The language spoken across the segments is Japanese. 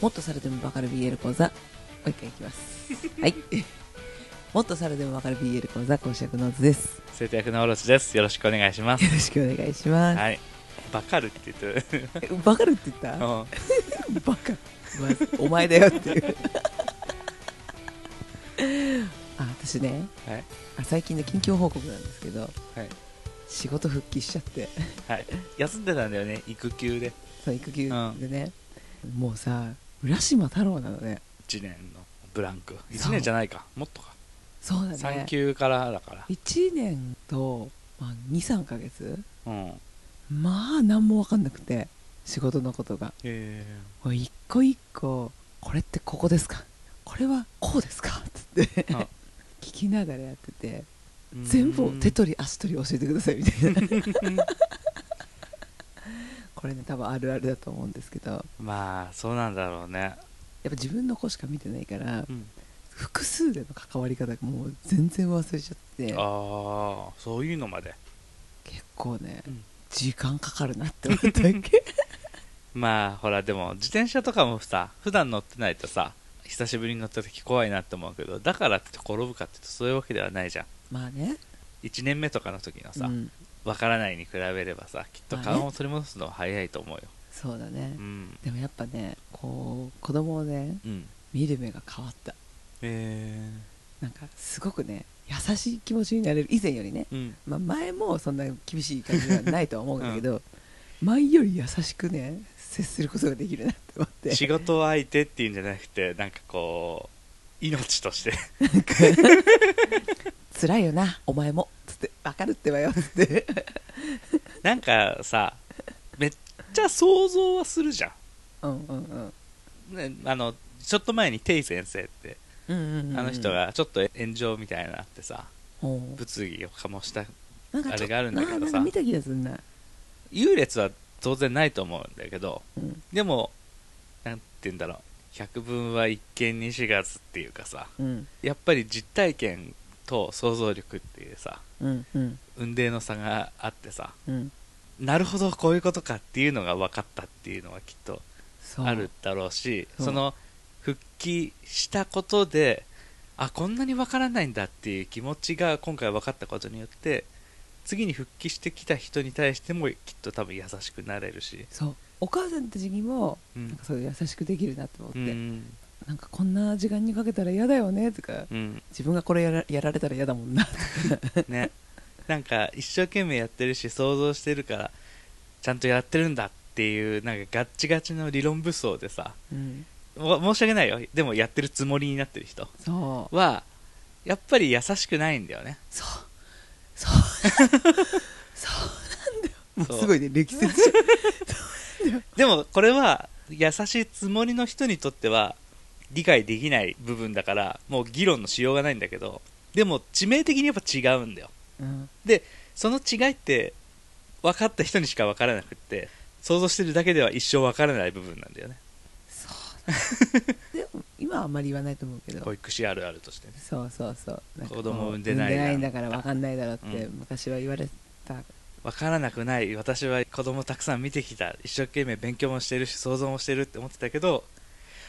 もっと猿でもわかる BL 講座もう一回いきますはいもっと猿でもわかる BL 講座講師役の図です生徒役のおろしですよろしくお願いしますよろしくお願いします、はいバカルって言ってるえわかるって言ったうんバカ、まず、お前だよっていう あ私ねはいあ最近の近況報告なんですけどはい仕事復帰しちゃってはい休んでたんだよね育休でその育休でね、もうさ浦島太郎なのね1年のブランク1年じゃないかもっとかそうだね3級からだから1年と、まあ、23ヶ月うんへまあ何も分かんなくて仕事のことがえもう一個一個これってここですかこれはこうですかつってあ聞きながらやってて全部を手取り足取り教えてくださいみたいな これね多分あるあるだと思うんですけどやっまあそうなんだろうねぱ自分の子しか見てないからうん複数での関わり方がもう全然忘れちゃってああそういうのまで結構ね、うん時間かかるなって思ったわ けまあほらでも自転車とかもさ普段乗ってないとさ久しぶりに乗った時怖いなって思うけどだからって転ぶかっていうとそういうわけではないじゃんまあね1年目とかの時のさ、わうんからないに比べればさきっとまあね顔を取り戻すのは早いと思うよ、そうだね、うんでもやっぱねこう子供をねうん見る目が変わったえなんかすごくね優しい気持ちになれる以前よりね、ー、うんまあ、前もそんな厳しい感じではないとは思うんだけど、前より優しくね接することができるなって思って 仕事相手っていうんじゃなくてなんかこう命として 辛いよなお前もつって分かるってばよつってなんかさめっちゃ想像はするじゃうんうんうんん、ね、あのちょっと前にテイ先生ってうんうんうんうんあの人がちょっと炎上みたいなってさおう物議を醸したなんかちょあれがあるんだけどさなんか見た気がするな、優劣は当然ないと思うんだけどうんでもなんて言うんだろう百聞は一見にしがずっていうかさうんやっぱり実体験と想像力っていうさうんうん雲泥の差があってさうんなるほどこういうことかっていうのが分かったっていうのはきっとそうあるだろうしそうその復帰したことであこんなに分からないんだっていう気持ちが今回分かったことによって次に復帰してきた人に対してもきっと多分優しくなれるし、そうお母さんたちにもうなんんかそういう優しくできるなって思って、うんなんかこんな時間にかけたら嫌だよねとかうん、自分がこれやらやられたら嫌だもんなねなんか一生懸命やってるし想像してるからちゃんとやってるんだっていうなんかガッチガチの理論武装でさうんも申し訳ないよでもやってるつもりになってる人そうはやっぱり優しくないんだよねそうそうそうなんだよそもううすごいね力説しでもこれは優しいつもりの人にとっては理解できない部分だからもう議論のしようがないんだけどでも致命的にやっぱ違うんだよ うんでその違いって分かった人にしか分からなくって想像してるだけでは一生分からない部分なんだよねそうだでも今はあんまり言わないと思うけど保育士あるあるとしてねそうそうそうなんか子供を産んでないな産んでんだから分かんないだろうってう昔は言われた、分からなくない私は子供たくさん見てきた一生懸命勉強もしてるし想像もしてるって思ってたけど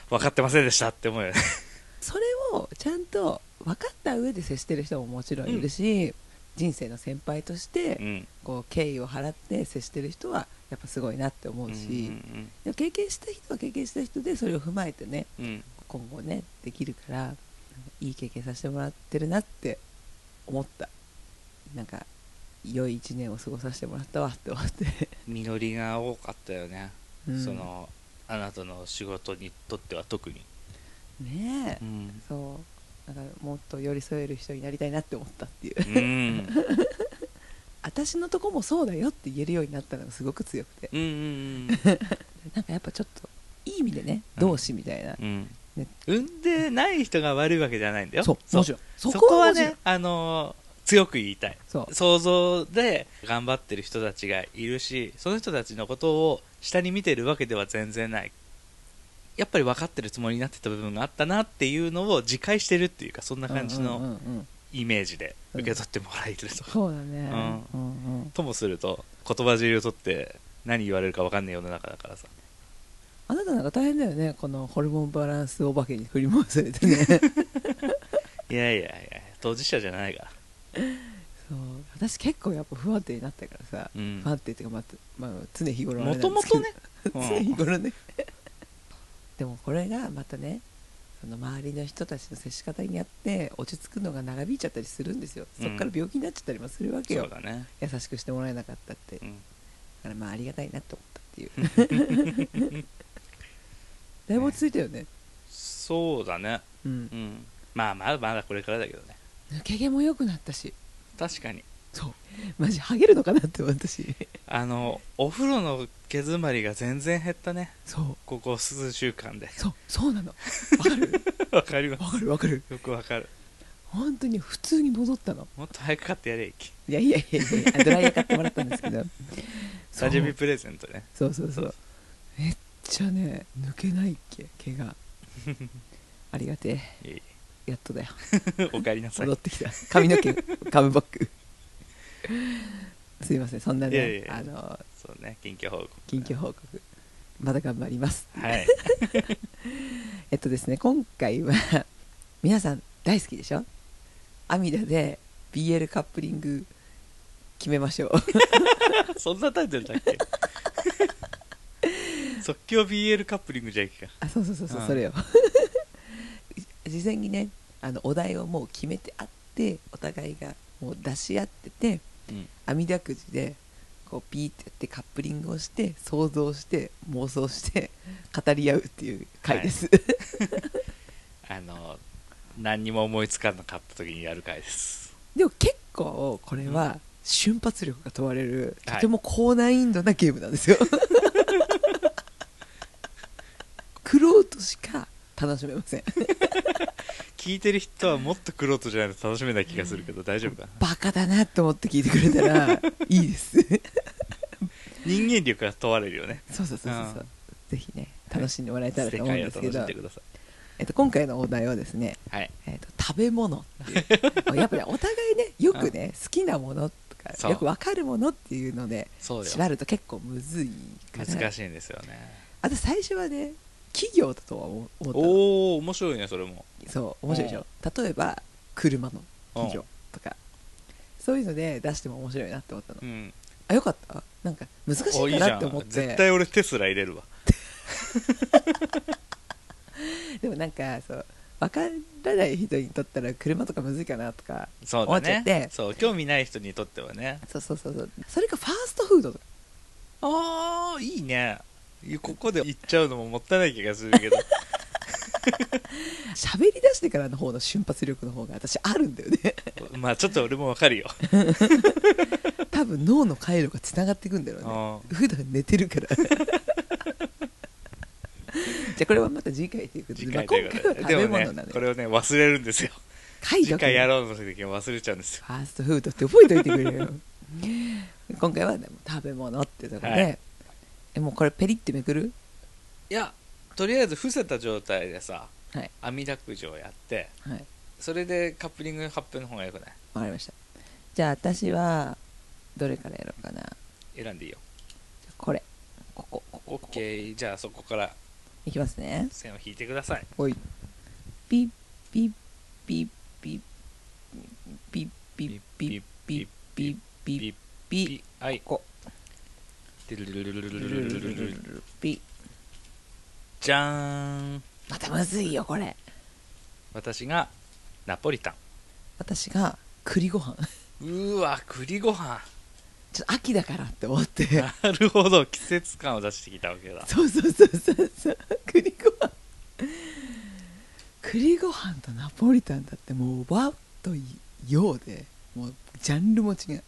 分かってませんでしたって思 うよねそれをちゃんと分かった上で接してる人ももちろんいるし、人生の先輩として、うんこう敬意を払って接してる人はやっぱすごいなって思うし、うんでも経験した人は経験した人でそれを踏まえてねうんうん今後ねできるからなんかいい経験させてもらってるなって思ったなんか良い一年を過ごさせてもらったわって思って、実りが多かったよね、うんそのあなたの仕事にとっては特に、ねえ、んそうなんかもっと寄り添える人になりたいなって思ったっていううん、私のとこもそうだよって言えるようになったのがすごく強くてうんうんなんかやっぱちょっといい意味でねうん同志みたいな、うんね産んでない人が悪いわけじゃないんだよそうもちろんそそここははもちろんねあのー強く言いたいそう想像で頑張ってる人たちがいるしその人たちのことを下に見てるわけでは全然ないやっぱり分かってるつもりになってた部分があったなっていうのを自戒してるっていうかそんな感じうんうんのうんうんイメージで受け取ってもらえてると そうだね、ううんうんともすると言葉尻を取って何言われるか分かんない世の中だからさあなたなんか大変だよねこのホルモンバランスお化けに振り回され てねそういやいやいや当事者じゃないから私結構やっぱ不安定になったからさ、うん不安定っていうか、まあつまあ、常日頃あれもなんとでもすけどとね 常日頃ねでもこれがまたねその周りの人たちの接し方にあって落ち着くのが長引いちゃったりするんですよそこから病気になっちゃったりもするわけよ、そうだね、優しくしてもらえなかったってだうん、からまあありがたいなと思ったっていう だいぶ落ち着いたよねそうだねうんうんまあまだまだこれからだけどね抜け毛も良くなったし確かにそうマジハゲるのかなって私あのお風呂の毛詰まりが全然減ったねそうここ数週間で そうそうなのわかるわかりまわかるわかるすよくわかる本当に普通に戻ったのもっと早く買ってやれ駅いやいやいやいやあドライヤー買ってもらったんですけどそう誕生日プレゼントねそうそうそうめっちゃね抜けないっけ毛がありがてえいえ いやっとだよえお帰りなさい戻ってきた髪の毛カムバックすいませんそんなねいやいやいやあのそうね近況報告緊急報告まだ頑張りますはい えっとですね今回は 皆さん大好きでしょアミダで BL カップリング決めましょうそんなタイトルだっけ 即興 BL カップリングじゃいきか あそうそうそうそううんそれよ 事前にねあのお題をもう決めてあってお互いがもう出し合っててうん網だくじでこうピーってやってカップリングをして想像して妄想して語り合うっていう回です、あの何にも思いつかなかった時にやる回ですでも結構これは瞬発力が問われるはいとても高難易度なゲームなん ですよ苦労としか楽しめません聞いてる人はもっとクロートじゃないと楽しめない気がするけど大丈夫かなバカだなと思って聞いてくれた らいいです人間力が問われるよねそうそうそうそうそううんぜひね楽しんでもらえたら世と思うん界をですけ楽しどんでくださえっと、今回のお題はですねいはいえー、と食べ物って いうやっぱりお互いねよくね好きなものとそかうよく分かるものっていうのでそうよ縛ると結構むずいから難しいんですよねあと最初はね企業だとは思思ったのおお面白いねそれもそう面白いでしょ例えば車の企業とかそういうので出しても面白いなって思ったのうんあよかったなんか難しおいいいかじなゃって思っん絶て対俺テスラ入れるわでもなんかそう分からない人にとったら車とかむずいかなとかそう思だっちゃっねてそう興味ない人にとってはねそうそうそうそうそれかファーストフードとかああいいねここで行っちゃうのももったいない気がす るけど喋り出してからの方の瞬発力の方が私あるんだよねまあちょっと俺もわ かるよ多分脳の回路がつながっていくんだろうねう普段寝てるから じゃあこれはまた次回ということで次回ということでまあ今回は食べでも物ねなのこよ、れをね忘れるんですよ回次だ回やフろうの時に忘れちゃうんですよァーストフードって覚えておいてくれよ 今回は、ね、食べ物っていうところで、はいえもうこれペリってめくるいやとりあえず伏せた状態でさはい網だくじをやってはいそれでカップリングの発表の方がよくないわかりましたじゃあ私はどれからやろうかな選んでいいよこれここここ OK じゃあそこからいきますね線を引いてくださいおいピッピッピッピッピッピッピッピッピッピッピッはいこピッじゃーんまたむずいよこれ私がナポリタン私が栗ご飯 うーわ栗ご飯ちょっと秋だからって思ってなるほど季節感を出してきたわけ だそうそうそうそうそう栗ご飯栗ご飯とナポリタンだってもう和と洋でもうジャンルも違う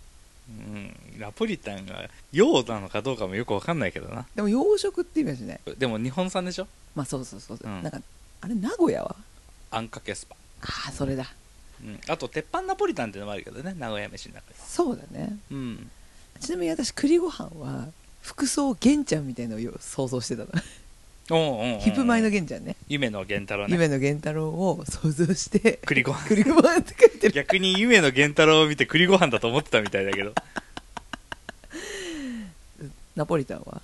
うんナポリタンが洋なのかどうかもよくわかんないけどなでも洋食ってイメージねでも日本産でしょまあそうそうそう、うんなんかあれ名古屋はあんかけスパああそれだうん、あと鉄板ナポリタンってのもあるけどね名古屋飯の中でそうだねうんちなみに私栗ご飯は服装玄ちゃんみたいなのを想像してたのおうおうおうヒップマイの玄ちゃんね夢の源太郎ね夢の玄太郎を想像して栗ご飯栗ご飯って書いてる逆に夢の源太郎を見て栗ご飯だと思ってたみたいだけどナポリタンは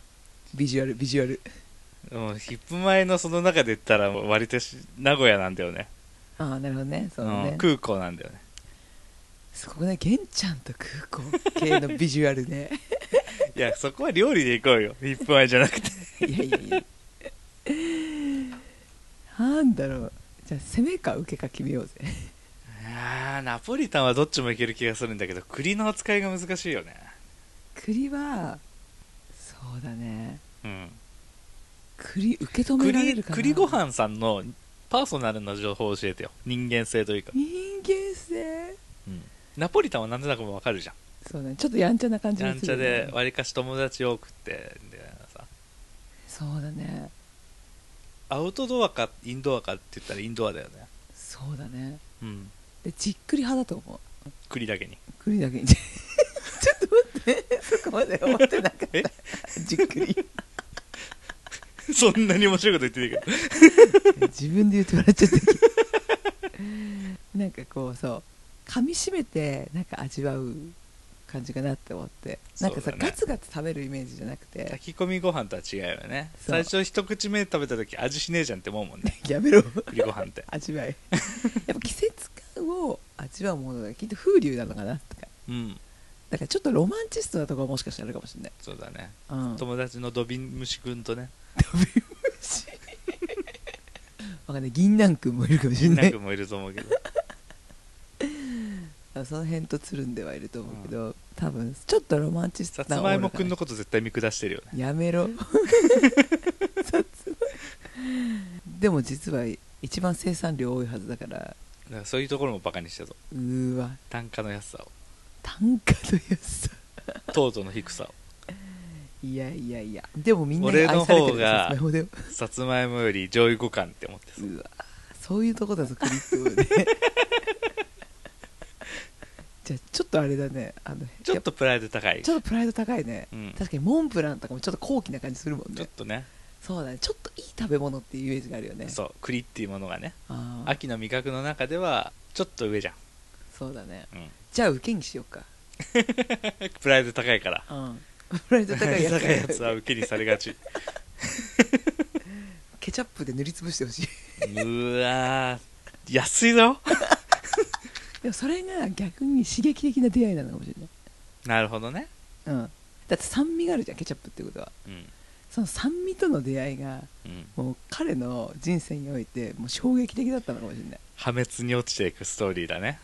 ビジュアルビジュアルもうヒップ前のその中で言ったら割とし名古屋なんだよねああなるほどねそううねん、空港なんだよねすごくない玄ちゃんと空港系のビジュアル ねいやそこは料理で行こうよヒップ前じゃなくていやいやいやなんだろうじゃあ攻めか受けか決めようぜあーナポリタンはどっちもいける気がするんだけど栗の扱いが難しいよね栗はそうだねうん栗受け止められ栗るかな栗ご飯さんのパーソナルな情報を教えてよ人間性というか、人間性ナポリタンは何となくもわかるじゃんそうだねちょっとやんちゃな感じやがんすちゃる、ね、でわりかし友達多くてでさそうだねアウトドアかインドアかって言ったらインドアだよねそうだねうんでじっくり派だと思う栗だけに栗だけに ちょっと待ってそこまで思ってなかっえ たじっくりそんなに面白いこと言ってないけど自分で言ってもらっちゃったけど なんかこうそう噛みしめてなんか味わう感じかなって思ってなんかそさ、うだねガツガツ食べるイメージじゃなくて炊き込みご飯とは違うよねそう最初一口目食べた時味しねえじゃんって思うもん ねやめろ栗ご飯って味わいやっぱ季節感を味わうものだきっと風流なのかなとかうんだからちょっとロマンチストなところもしかしたらあるかもしれない、そうだねうん、友達のドビン虫くんとねわかんない銀杏君もいるかもしれなないくもいると思うけど その辺とつるんではいると思うけど、多分ちょっとロマンチストさ なつまいもくんのこと絶対見下してるよねやめろさつまでも実は一番生産量多いはずだからだからそういうところもバカにしたぞうーわ単価の安さを単価の安さ糖度の低 さをいやいやいやでもみんなに愛されてる俺のさつまい方がもでもさつまいもより上位互換って思ってさうわそういうとこだぞ栗ってことね じゃあちょっとあれだねあのちょやっぱとプライド高いちょっとプライド高いね、うん確かにモンブランとかもちょっと高貴な感じするもんちょっねとねそうだねちょっといい食べ物っていうイメージがあるよねそう栗っていうものがねあー秋の味覚の中ではちょっと上じゃん、そうだね うんじゃあ受けにしようかプライド高いからうんプライド 高 いやつ高いやつは受けにされがちケチャップで塗りつぶしてほしいうわー安いだろでもそれが逆に刺激的な出会いなのかもしれ なるほどねない、うん、だって酸味があるじゃんケチャップってことはうんその酸味との出会いがうんもう彼の人生においてもう衝撃的だったのかもしれない破滅に落ちていくストーリーだね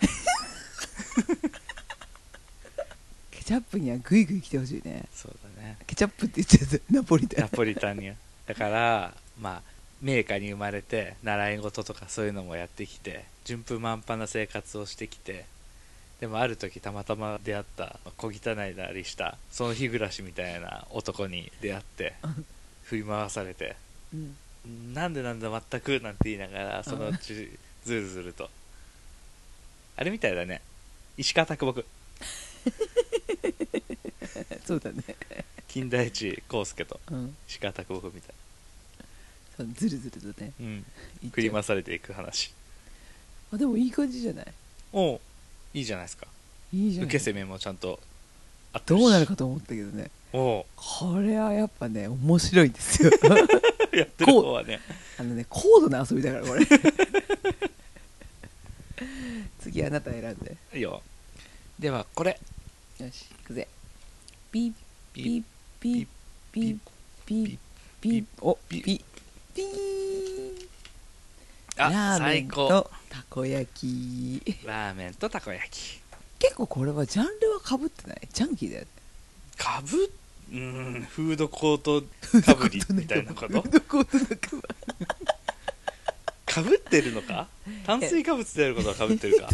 ケチャップにはグイグイ来てほしいねそうだねケチャップって言っちゃうナポリタナンポリタンにはだからまあ名家に生まれて習い事とかそういうのもやってきて順風満帆な生活をしてきてでもある時たまたま出会った小汚いなりしたその日暮らしみたいな男に出会ってうん振り回されてうん「なんでなんだ全く」なんて言いながらそのうちズルズルとあれみたいだね石川啄木そうだね金田一耕助とうん石川啄木みたいそうずるずるとねな、うん、いっ振ちりゃう回されていく話あでもいい感じじゃないおういいじゃないですかいいじゃな受いけ攻めもちゃんとあってどしうなるかと思ったけどねおこれはやっぱね面白いんです よ うやってる方はねあのね高度な遊びだからこれ次あなた選んでいいよではこれよし行くぜピッピッピッピピッッピッピッおピッピッピーあラーメ最ン高とたこ焼きラーメンとたこ焼き結構これはジャンルはかぶってないジャンキーだよねかぶうーんフードコートかぶりみたいなこフとード コート仲間かぶってるのか炭水化物であることはかぶってるか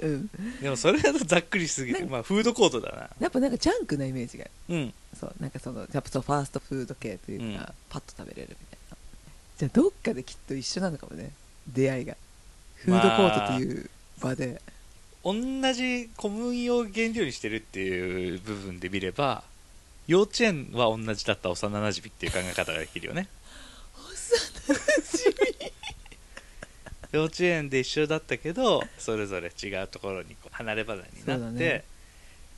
うんでもそれだとざっくりしすぎてなんまあフードコートだなやっぱなんかジャンクなイメージがうんそうなんかそのやっぱそうファーストフード系というか、うんパッと食べれるみたいなじゃあどっかできっと一緒なのかもね出会いがフードコートという場で、同じ小麦を原料にしてるっていう部分で見れば幼稚園は同じだった幼なじみっていう考え方ができるよね幼馴染幼稚園で一緒だったけどそれぞれ違うところにこう離れ離れになそうっだて、ね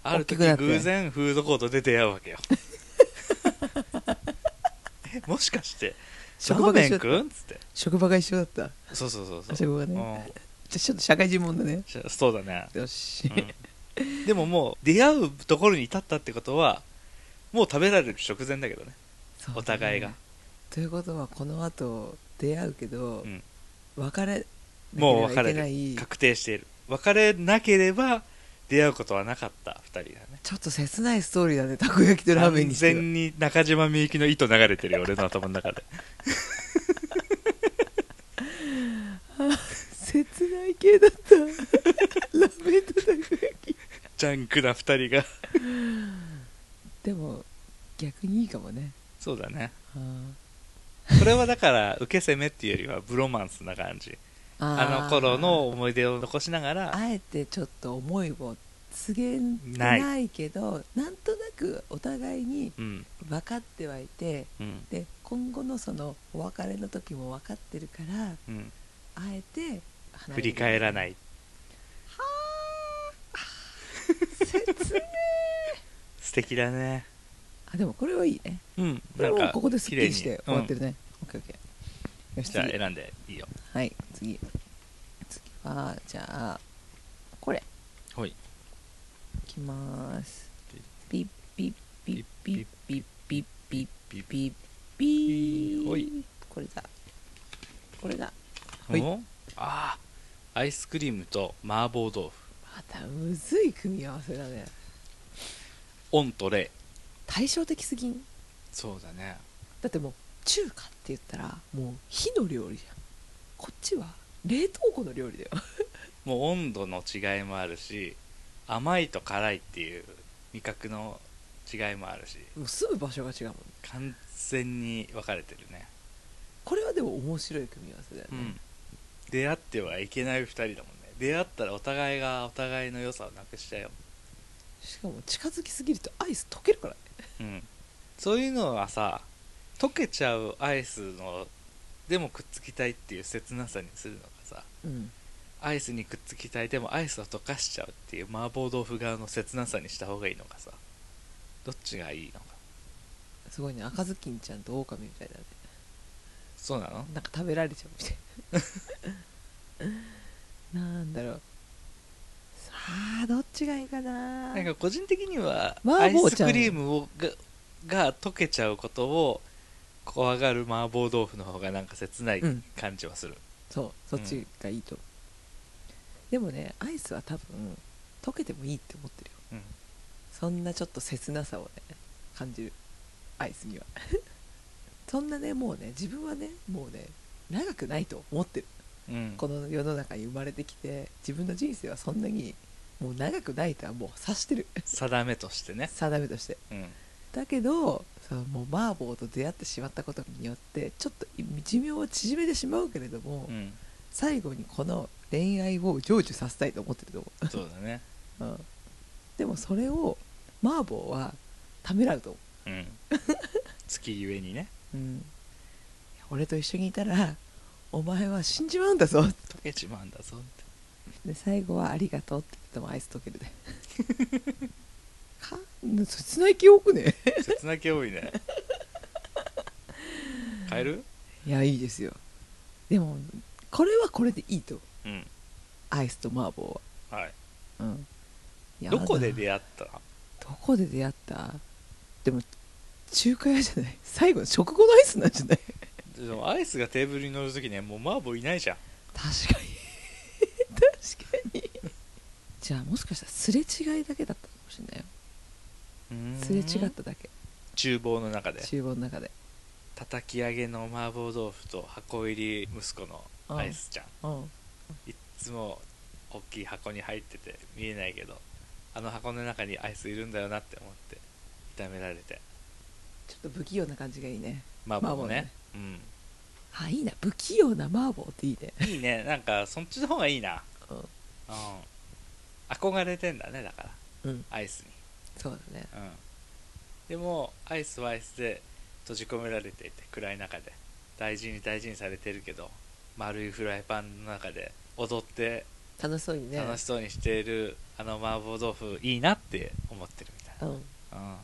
あ大るき時くなって偶然 フードコートで出会うわけよえもしかして 職場ラがーメン一緒食うんつって職場が一緒だったそうそうそうそうあ職場がねじゃあちょっと社会人もんだねうんしそうだね、よし、うんでももう出会うところに至ったってことはもう食べられる直前だけどねそうだねお互いがということはこの後出会うけど、うん別れなもうけ別ればれいけなるい確定している別れなければ出会うことはなかった2人だねちょっと切ないストーリーだねたこ焼きとラーメンにして完は全に中島みゆきの糸流れてるよ俺の頭の 中で切ない系だったラーメンとたこ焼きジャンクな2人がでも逆にいいかもねそうだねあこれはだから受け攻めっていうよりはブロマンスな感じーあの頃の思い出を残しながらあえてちょっと思いを告げてないないけどなんとなくお互いにうん分かってはいてうんで今後のそのお別れの時も分かってるからうんあえて離れる振り返らない切素敵だねあでもこれはいいねうんこれなんもうかここですっきりし綺麗てに終わってるうんね、オッケーオッケーよしじゃあ次選んでいいよはい次次はじゃあこれはいいきますピッピッピッピッピッピッピッピッピッピッピおッいこれだこれだはいおあーアイスクリームと麻婆豆腐またむずい組み合わせだねオンとレイ対照的すぎんそうだねだってもう中華って言ったらもう火の料理じゃんこっちは冷凍庫の料理だよ もう温度の違いもあるし甘いと辛いっていう味覚の違いもあるしもう住む場所が違うもん完全に分かれてるね、これはでも面白い組み合わせだよね、出会ってはいけない2人だもんね出会ったらお互いがお互いの良さをなくしちゃうよ、しかも近づきすぎるとアイス溶けるからねうん、そういうのはさ溶けちゃうアイスのでもくっつきたいっていう切なさにするのがさうんアイスにくっつきたいでもアイスを溶かしちゃうっていう麻婆豆腐側の切なさにした方がいいのかさどっちがいいのかすごいね赤ずきんちゃんと狼みたいだねそうなのなんか食べられちゃうみたいななんだろうさあどっちがいいかななんか個人的にはア麻イ婆スちゃんクリームをがが溶けちゃうことを怖がる麻婆豆腐の方がなんか切ないうん感じはする、そうそっちがいいと思う、でもねアイスは多分溶けてもいいって思ってるようんそんなちょっと切なさをね感じるアイスには そんなねもうね自分はねもうね長くないと思ってるうんこの世の中に生まれてきて自分の人生はそんなにもう長くないとはもう察してる 定めとしてね、定めとしてうんだけどそのもう麻婆と出会ってしまったことによってちょっと寿命を縮めてしまうけれども、うん、最後にこの恋愛を成就させたいと思ってると思そうだね、う、うん、でもそれを麻婆はためらうと思うん、月ゆえにねう、うん、いや俺と一緒にいたらお前は死んじまうんだぞ溶けちまうんだぞってで最後は「ありがとう」って言ってもアイス溶けるでか切ない記憶ね切な気多いね変えるいやいいですよでもこれはこれでいいと思ううんアイスと麻婆ははいうんいやどこで会っ出会ったたどこで出会ったでも中華屋じゃない最後の食後のアイスなんじゃないでもアイスがテーブルに乗る時ねもう麻婆いないじゃん確かに 確かにじゃあもしかしたらすれ違いだけだったかもしれないよすれ違っただけ厨房の中で厨房の中で叩き上げの麻婆豆腐と箱入り息子のアイスちゃん、うんいっつも大きい箱に入ってて見えないけどあの箱の中にアイスいるんだよなって思って炒められてちょっと不器用な感じがいいね麻婆もね麻あいいな不器用な麻婆っていいねうんいいねなんかそっちの方がいいなうん、うん憧れてんだねだからうん、アイスにそうだねうんでもアイスはアイスで閉じ込められていて暗い中で大事に大事にされてるけど丸いフライパンの中で踊って楽しそうにね楽しそうにしているあの麻婆豆腐いいなって思ってるみたいうんな、うん、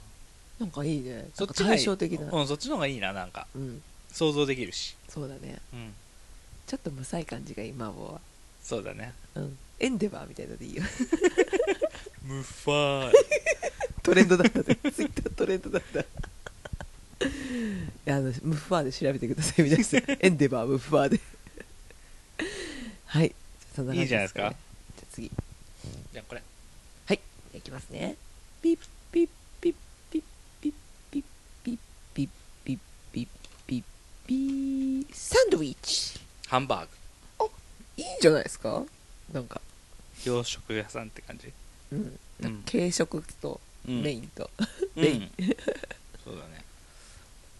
なんかいいねそなんっちがか対照的なうんそっちの方がいいななんかうん想像できるし、そうだねうん、ちょっとむさい感じが今もはそうだねうんエンデバーみたいなのでいいよムッファートレンドだったでツイッタートレンドだったいやあのムッファーで調べてください皆 さんエンデバームッファーではいそんな感いいじゃないですかねじゃあ次 じゃあこれはい、いきますね。ピッピッピッピッピッピッピッピッピッピッピッピッサンドイッチ。ハンバーグいいんじゃないですか？なんか、洋食屋さんって感じうん、うん軽食とうんメインと。うんメインそうだね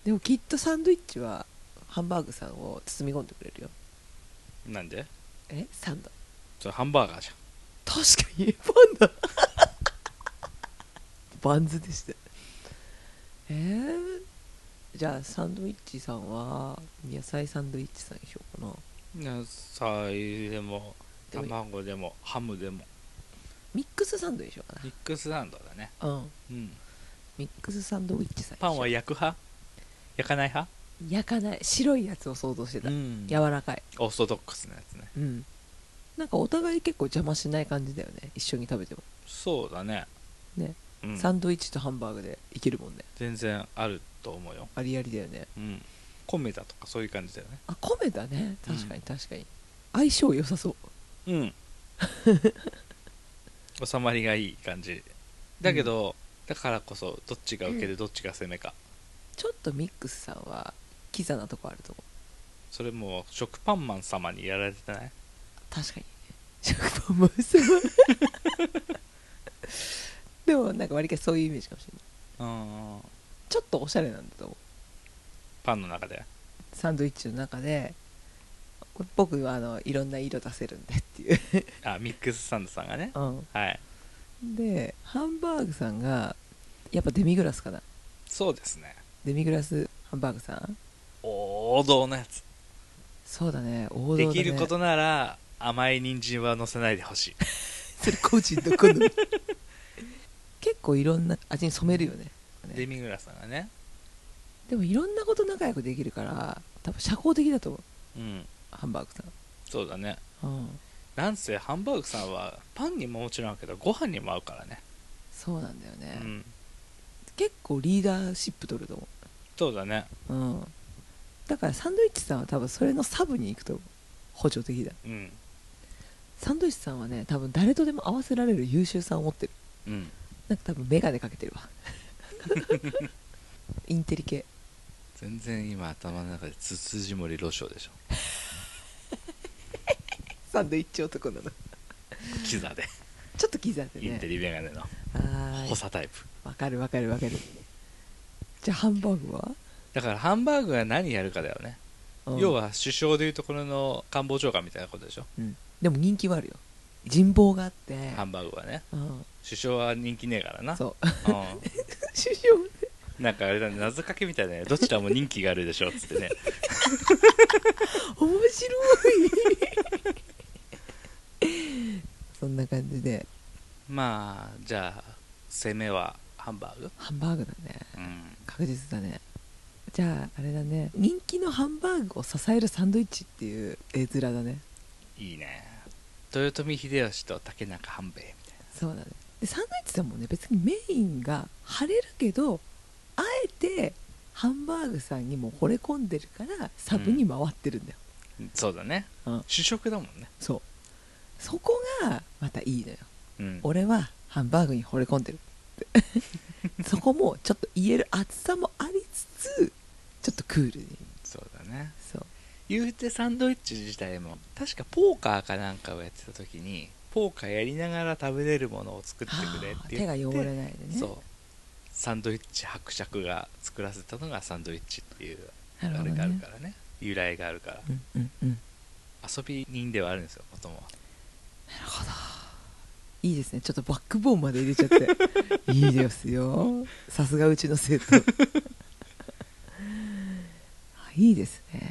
でもきっとサンドイッチはハンバーグさんを包み込んでくれるよ。なんでえ、サンド。それハンバーガーじゃん確かにパンだ。 バンズでした。えー、じゃあサンドイッチさんは野菜サンドイッチさんにしようかな。野菜でもでも卵でもハムでもミックスサンドにしようかミックスサンドだね、な、うん、うん、ミックスサンドウィッチさんパンは焼く派焼かない派、焼かない白いやつを想像してた、ん柔らかいオーソドックスなやつねうんなんかお互い結構邪魔しない感じだよね一緒に食べてもそうだねね、うん、サンドイッチとハンバーグでいけるもんね全然あると思うよ、ありありだよねうん、米だとかそういう感じだよねあ米だね確かに確かに、相性良さそううん 収まりがいい感じだけど、だからこそどっちが受けでどっちが攻めか、ちょっとミックスさんはキザなとこあると思それもう食パンマン様にやられてない、う確かにね食パンも薄い でもなんか割りかしそういうイメージかもしれないうん、ちょっとおしゃれなんだと思うパンの中でサンドイッチの中でこれ僕はあのいろんな色出せるんでっていう、あミックスサンドさんがねはいでハンバーグさんがやっぱデミグラスかなそうですねデミグラスハンバーグさん王道のやつそうだね王道だでねきることなら甘い人参は乗せないでほしいそれ個人の好み 結構いろんな味に染めるよねデミグラスさんがねでもいろんなこと仲良くできるから多分社交的だと思ううんハンバーグさそうだねん、うん、なんせハンバーグさんはパンにももちろんあるけどご飯にも合うからね、そうなんだよね、うん、結構リーダーシップ取ると思そうだねう、うん、だからサンドイッチさんは多分それのサブに行くと思う補助的だうんサンドイッチさんはね多分誰とでも合わせられる優秀さを持ってるうんなんか多分眼鏡かけてる わインテリ系全然今頭の中でつつじ森ロショでし ょサンドイッチ男なのちキザで、ょっと刻んでインテねリメガネのは補ーい佐タイプわかるわかるわかるじゃあハンバーグは、だからハンバーグが何やるかだよね、うん要は首相でいうところの官房長官みたいなことでしょ、うん、でも人気はあるよ人望があって、ハンバーグはねうん、首相は人気ねえからなそう う首相ん、なんかあれだね謎かけみたいだねどちらも人気があるでしょっつってね 面白いそんな感じでまあじゃあ攻めはハンバーグハンバーグだねうん確実だねじゃああれだね人気のハンバーグを支えるサンドイッチっていう絵面だねいいね豊臣秀吉と竹中半兵衛みたいなそうだねでサンドイッチさんもね別にメインが腫れるけどあえてハンバーグさんにも惚れ込んでるからサブに回ってるんだよ、そうだね、うん主食だもんねそうそこがまたいいのようん俺はハンバーグに惚れ込んでる ってそこもちょっと言える厚さもありつつちょっとクールにそうだねそう言うてサンドイッチ自体も確かポーカーかなんかをやってた時にポーカーやりながら食べれるものを作ってくれって言って手が汚れないでねそうサンドイッチ伯爵が作らせたのがサンドイッチっていうあなれるほどねがあるからね由来があるからうんうんうん遊び人ではあるんですよもともといいですねちょっとバックボーンまで入れちゃ っていいですよさすがうちの生徒あいいですうね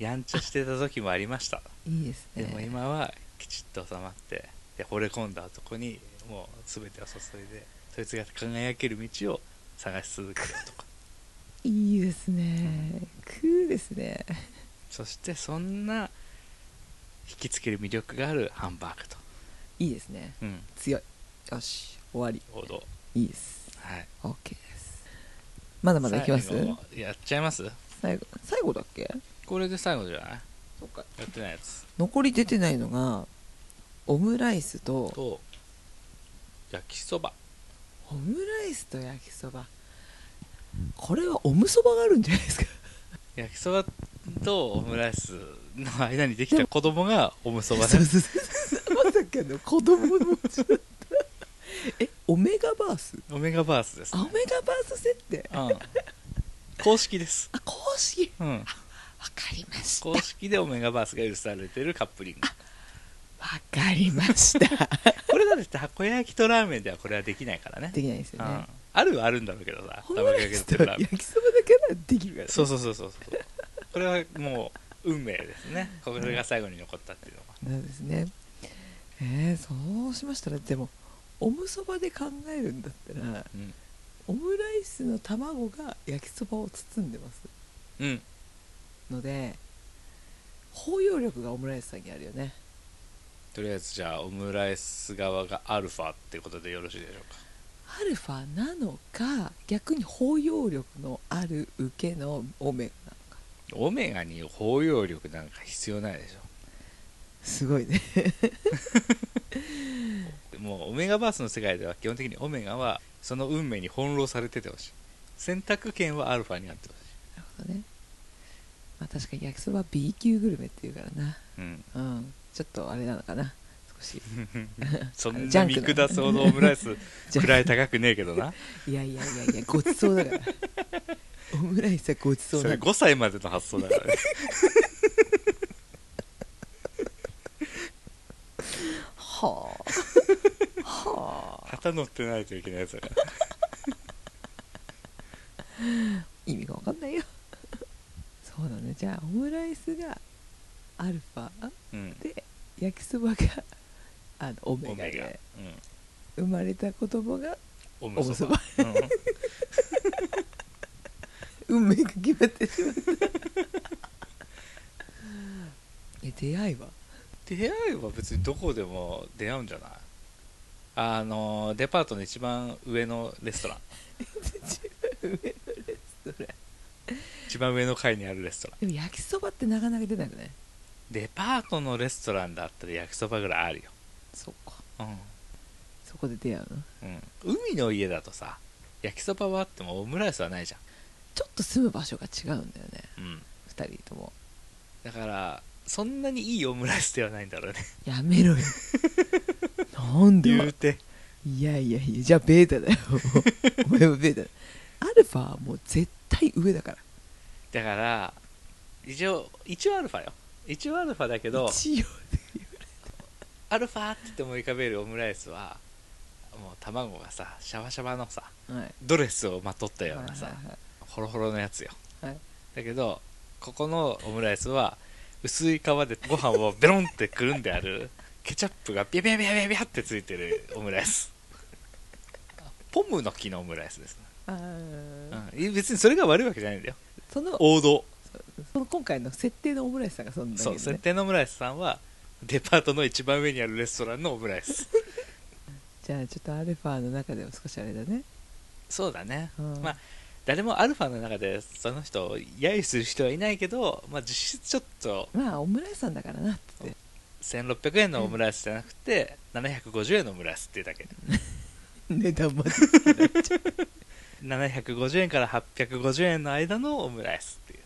んやんちゃしてた時もあり ましたいいですねでも今はきちっと収まってで惚れ込んだ男にもう全てを注いでそいつが輝ける道を探し続けるとかいいですねクーですねそしてそんな引きつける魅力があるハンバーグと、いいですねうん、強いよし終わり王道いいですはい OK ですまだまだいきます最後やっちゃいます最後最後だっけこれで最後じゃないそっかやってないやつ残り出てないのがオムライスとと焼きそばオムライスと焼きそばこれはおむそばがあるんじゃないですか焼きそばとオムライスの間にできた子供がおむそばそでうそうそうまさかの子供の持ちだったえオメガバースオメガバースです、あオねメガバース設定あうん、公式です、公式うん、わかりました公わ式でオメガバースが許されてるカップリングかりましたこれだってたこ焼きとラーメンではこれはできないからねできないですようんね、あるはあるんだろうけどさオムライスとラーメ焼ンきそばだけならできるから、ね、そうそうそうそうそうこれはもう運命ですねこれが最後に残ったっていうのはなんですねえー、そうしましたらでもおむそばで考えるんだったらうん、オムライスの卵が焼きそばを包んでますうん、ので包容力がオムライスさんにあるよねとりあえずじゃあオムライス側がアルファってことでよろしいでしょうかアルファなのか逆に包容力のある受けのオメガなのかオメガに包容力なんか必要ないでしすごいねょもうオメガバースの世界では基本的にオメガはその運命に翻弄されててほしい選択権はアルファになってほしなるほどね まあ確かに焼きそば B 級グルメっていうからないうん うんちょっとあれなのかな少 しそんジャなンク見な下すほどオムライスじゃくらい高くねえけどないやいやいやいやごちそうだから オムライスはごちそそうなれんだ5歳までの発想だから ねはあはあ旗乗ってないといけないやつだから意味が分かんないよ そうだねじゃあオムライスがアルファうんで焼きそばがあのオメオガメガで生まれた子供がおうんオむムそそばばうん運命が決まってしまった え出会いは出会いは別にどこでも出会うんじゃないあのデパートの一番上のレストラン上のレストラン一番上の階にあるレストランでも焼きそばってなかなか出なくないデパートのレストランだったら焼きそばぐらいあるよそっかうそこで出会うのん、うん、海の家だとさ焼きそばはあってもオムライスはないちじょっと住む場所が違うんだよねゃん、うん、 2人ともだからそんなにいいオムライスではないんだろうねやめろよなんで言うていやいやいやじゃあベータ だよお前もベータだアルファはもう絶対上だからだから一応一応アルファよ一応アルファだけど一応アルファって言って思い浮かべるオムライスはもう卵がさシャバシャバのさはいドレスをまとったようなさ、はいホロホロのやつよはいはいだけどここのオムライスは薄い皮でご飯をベロンってくるんであるケチャップがビャビャビャビャビャってついてるオムラ イスポムの木のオムライスです、あうーん、別にそれが悪いわけじゃないんだよその王道その今回の設定のオムライスさんがそんなそう設ね定のオムライスさんはデパートの一番上にあるレストランのオムライスじゃあちょっとアルファの中でも少しあれだね そうだね、うんまあ誰もアルファの中でその人を揶揄する人はいないけど、まあ、実質ちょっとまあオムライスさんだからな って1600円のオムライスじゃなくて、750円のオムライスっていうだけで値段まで750円から850円の間のオムライスっていう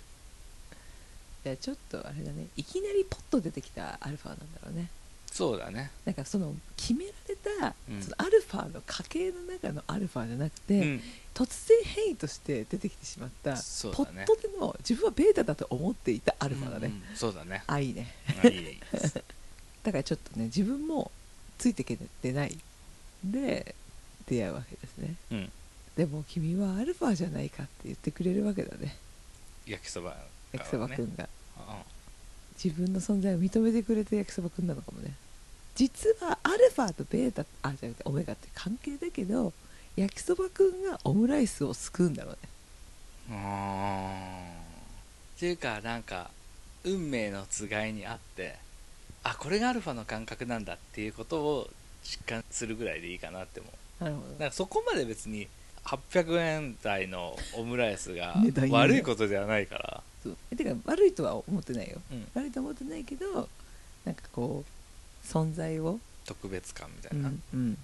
じゃあちょっとあれだねいきなりポッと出てきたアルファなんだろうねそうだねなんかその決められた、うんそのアルファの家系の中のアルファじゃなくて、うん突然変異として出てきてしまった、そうポだッねトでの自分はベータだと思っていたアルファだね、うんうんそうだねあいいねあいいだからちょっとね自分もついてけてないで出会うわけですね うんでも君はアルファじゃないかって言ってくれるわけだね焼きそばだからね焼きそばくうんんが、自分の存在を認めてくれて焼きそばくんなのかもね実はアルファとベータあじゃなくてオメガって関係だけど焼きそばくんがオムライスを救うんだろうねうーんっていうかなんか運命のつがいにあってあこれがアルファの感覚なんだっていうことを実感するぐらいでいいかなって思うなるほなんかそこまで別に800円台のオムライスが 値段いいね悪いことではないから、どえてか悪いとは思ってないようん、悪いとは思ってないけどなんかこう存在を、特別感みたういな、んうん、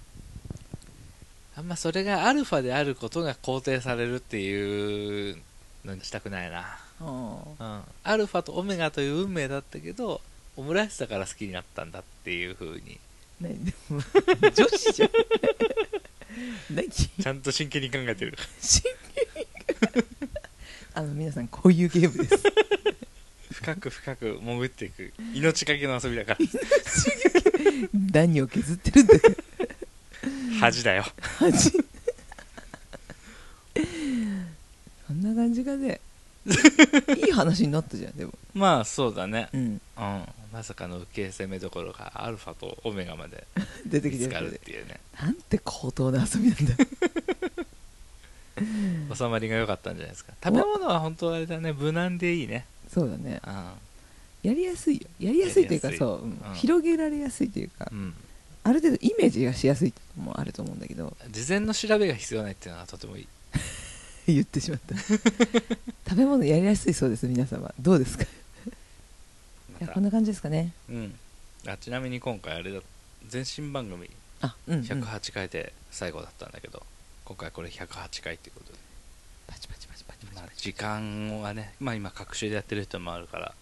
あんまそれがアルファであることが肯定されるっていうのにしたくないなああうん、アルファとオメガという運命だったけどオムライスだから好きになったんだっていう風にねでも女子じゃん何 ちゃんと真剣に考えてる真剣にあの皆さんこういうゲームです深く深く潜っていく命かけの遊びだから何を削ってるんだよ恥だよ恥そんな感じがねいい話になったじゃんでも、まあそうだね、うん、うん、まさかの受け攻めどころがアルファとオメガまで出て見きてつるかけるっどていうねなんて高等な遊びなんだ収まりが良かったんじゃないですか食べ物は本当あれだね無難でいいね そうだねうんやりやすいよやりやすいというかやりやすいそう、うんうん広げられやすいというか、うんある程度イメージがしやすいのもあると思うんだけど事前の調べが必要ないっていうのはとてもいい言ってしまった食べ物やりやすいそうです皆様どうですかいやまたこんな感じですかねうん、あちなみに今回あれだ前身番組あうん、うん、パ108回で最後だったんだけど、今回これ108回っていうことで、チパチパチパチパチまあ、時間はね、まあ、今隔週でやってる人もあるから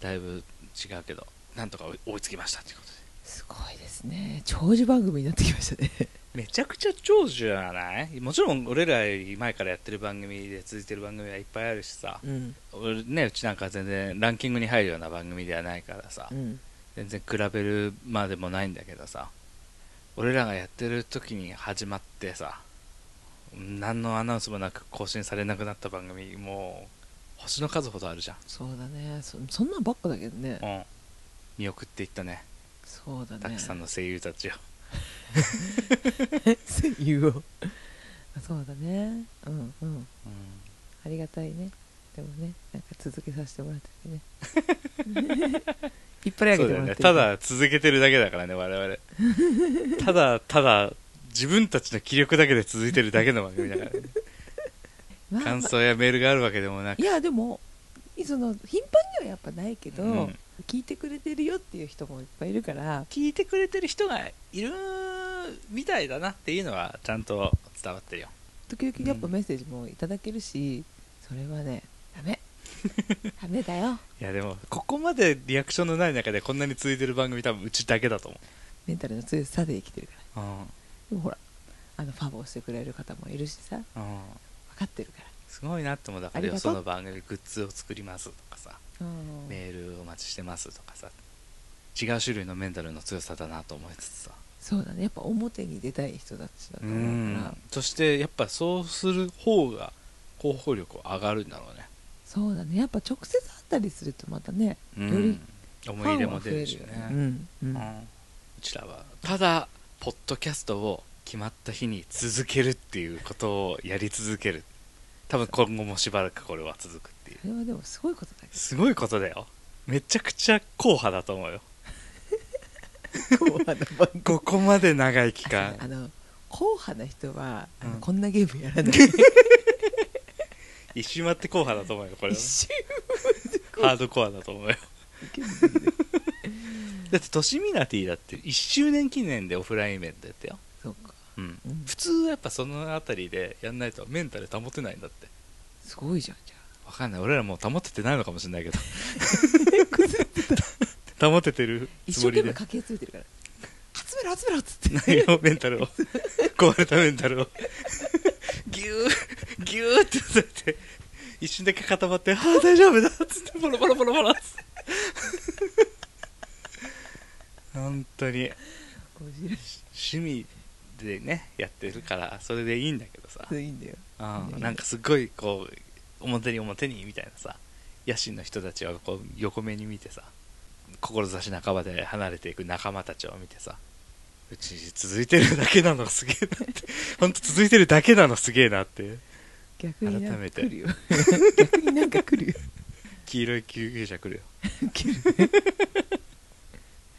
だいぶ違うけどなんとか追い追いつきましたっていうことですごいですね長寿番組になってきましたねめちゃくちゃ長寿じゃないもちろん俺らより前からやってる番組で続いてる番組はいっぱいあるしさ、うん俺ねうちなんか全然ランキングに入るような番組ではないからさ、うん全然比べるまでもないんだけどさ俺らがやってる時に始まってさ何のアナウンスもなく更新されなくなった番組もう星の数ほどあるじゃん、そうだねそそんなんばっかだけどねうん、見送っていったねそうだねたく さんの声優たちを、声優をそうだねうんうんありがたいねでもねなんか続けさせてもらっててね 引っ張り上げそてもうだよらってねるただ続けてるだけだからね我 々ただただ自分たちの気力だけで続いてるだけの番組だから、 ね、まあまあ感想やメールがあるわけでもなくいやでもその頻繁にはやっぱないけど、うん聞いてくれてるよっていう人もいっぱいいるから聞いてくれてる人がいるみたいだなっていうのはちゃんと伝わってるよ時々やっぱメッセージもいただけるし、それはねダ メダメだよいやでもここまでリアクションのない中でこんなに続いてる番組多分うちだけだと思メンタルの強さで生きてるからうでもほらあのファボをしてくれる方もいるしさ分うん、うん、かってるかすごいなって思うだからありよがとそうの番組グッズを作りますとかさら、メールお待ちしてますとかさ違う種類のメンタルの強さだなと思いつつさそうだねやっぱ表に出たい人たちだと思うからそしてやっぱそうする方が広報力は上がるんだろうねそうだねやっぱ直接会ったりするとまたねうんよりフ思いァ入れンもは増出えるるしよねねうんううんんうちらはただポッドキャストを決まった日に続けるっていうことをやり続ける多分今後もしばらくこれは続くっていうそれはでもすごいことだけどすごいことだよめちゃくちゃ硬派だと思うよここまで長い期間 あの硬派な人はあの、うんこんなゲームやらない一周回って硬派だと思うよこれ一は瞬ハードコアだと思うよだってトシミナティだって1周年記念でオフラインイベントやったよ、 そうかうんうん普通はやっぱその辺りでやんないとメンタル保てないんだってすごいじゃんじゃわかんない俺らもう保ててないのかもしれない けど あ崩れてた保ててる一つ生懸命もりで駆けついてるから集めろ集めろっつって内容メンタルを壊れたメンタルをギューギューってされて一瞬だけ固まって「ああ大丈夫だ」っつってボロボロボロボロっつって本当に面白い趣味でねやってるからそれでいいんだけどさそれいいんだようんなんかすごいこう表に表にみたいなさ野心の人たちをこう横目に見てさ志半ばで離れていく仲間たちを見てさう ち続いてるだけなのすげえなってほんと続いてるだけなのすげえなって逆になん改めかて来るよ 逆になんか来るよ黄色い救急車来るよ来るあ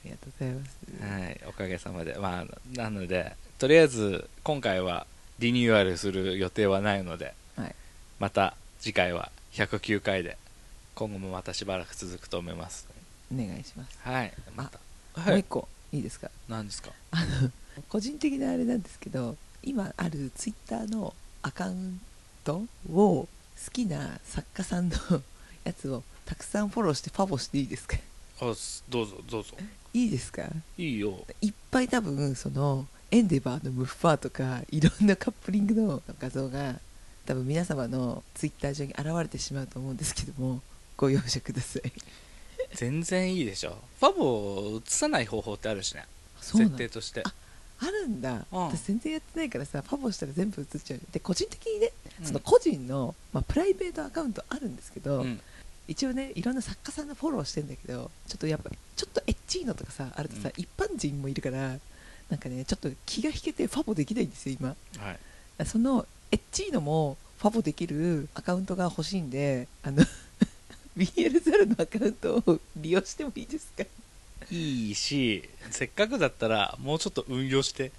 りがとうございますはいおかげさまでまあなのでとりあえず今回はリニューアルする予定はないのではいまた次回は109回で今後もまたしばらく続くと思いますお願いします、はいまたもう一個いいですか何ですかあの個人的なあれなんですけど今あるツイッターのアカウントを好きな作家さんのやつをたくさんフォローしてファボしていいですかあすどうぞどうぞいいですかいいよいっぱい多分そのエンデバーのムッファーとかいろんなカップリングの画像が多分皆様のツイッター上に現れてしまうと思うんですけどもご容赦ください全然いいでしょファボを映さない方法ってあるしねそうな設の定としてああるんだ、うん私全然やってないからさファボしたら全部映っちゃうで個人的にねうんその個人の、まあ、プライベートアカウントあるんですけど、うん一応ねいろんな作家さんのフォローしてんだけどちょっとやっぱちょっとエッチーのとかさあるとさ、う一般人もいるからなんかねちょっと気が引けてファボできないんですよ今はいそのエッチーのもファボできるアカウントが欲しいんであの BL ザルのアカウントを利用してもいいですか いいしせっかくだったらもうちょっと運用して、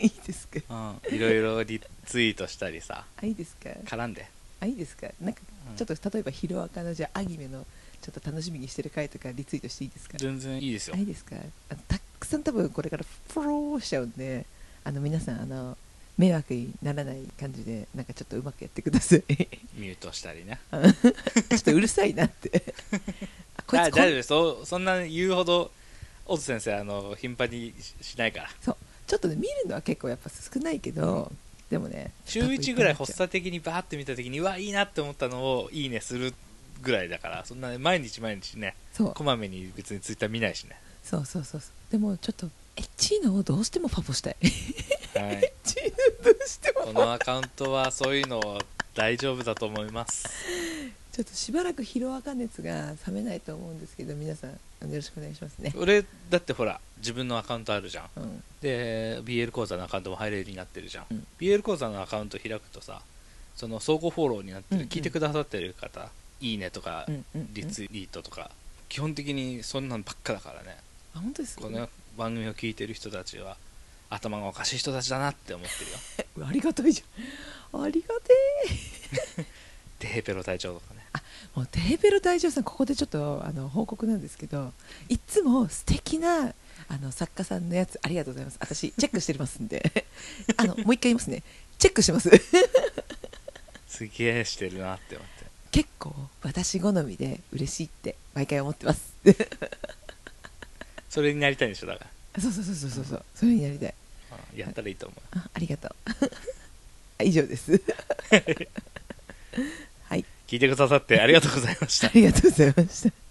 いいですかうん、いろいろリツイートしたりさあいいですか絡んで、あいいですかなんかうんちょっと例えば「ヒロアカ」のじゃあアニメのちょっと楽しみにしてる回とかリツイートしていいですか全然いいですよあいいですかあのたくさん多分これからフォローしちゃうんであの皆さんあの迷惑にならない感じでなんかちょっとうまくやってくだ さいちミュートしたりねょっとうるさいなってあこい あつ大こ丈ん夫ですそうそんな言うほどオズ先生あの頻繁にししないからそうちょっとね見るのは結構やっぱ少ないけど、でもね週1ぐらい発作的にバーって見た時にうわいいなって思ったのをいいねするぐらいだからそんなね毎日毎日ねそうこまめに別にツイッター見ないしねそうそうそうそうでもちょっとエッチーノをどうしてもファボしたい エッ はいチーノどうしてもこのアカウントはそういうの大丈夫だと思いますちょっとしばらく疲労赤熱が冷めないと思うんですけど皆さんあのよろしくお願いしますね、俺だってほら自分のアカウントあるじゃんうん、で BL 講座のアカウントも入れるようになってるじゃん、うん BL 講座のアカウント開くとさその相互フォローになってうる、んうん聞いてくださってる方いいねとか、うんうんうんリツイートとか基本的にそんなのばっかだからねあ本当ですかこの番組を聞いてる人たちは頭がおかしい人たちだなって思ってるよありがたいじゃんありがてテヘペロ隊長とかねえもうテーペロ大将さんここでちょっとあの報告なんですけどいつも素敵なあの作家さんのやつありがとうございます私チェックしてますんで あのもう一回言いますねチェックしてます すげえしてるなって思って結構私好みで嬉しいって毎回思ってます それになりたいんでしょだかそうそうそうそうそうそうそれになりたいら、うんやったらいいと思うあありがとう 以上ですはい聞いてくださってありがとうございましたありがとうございました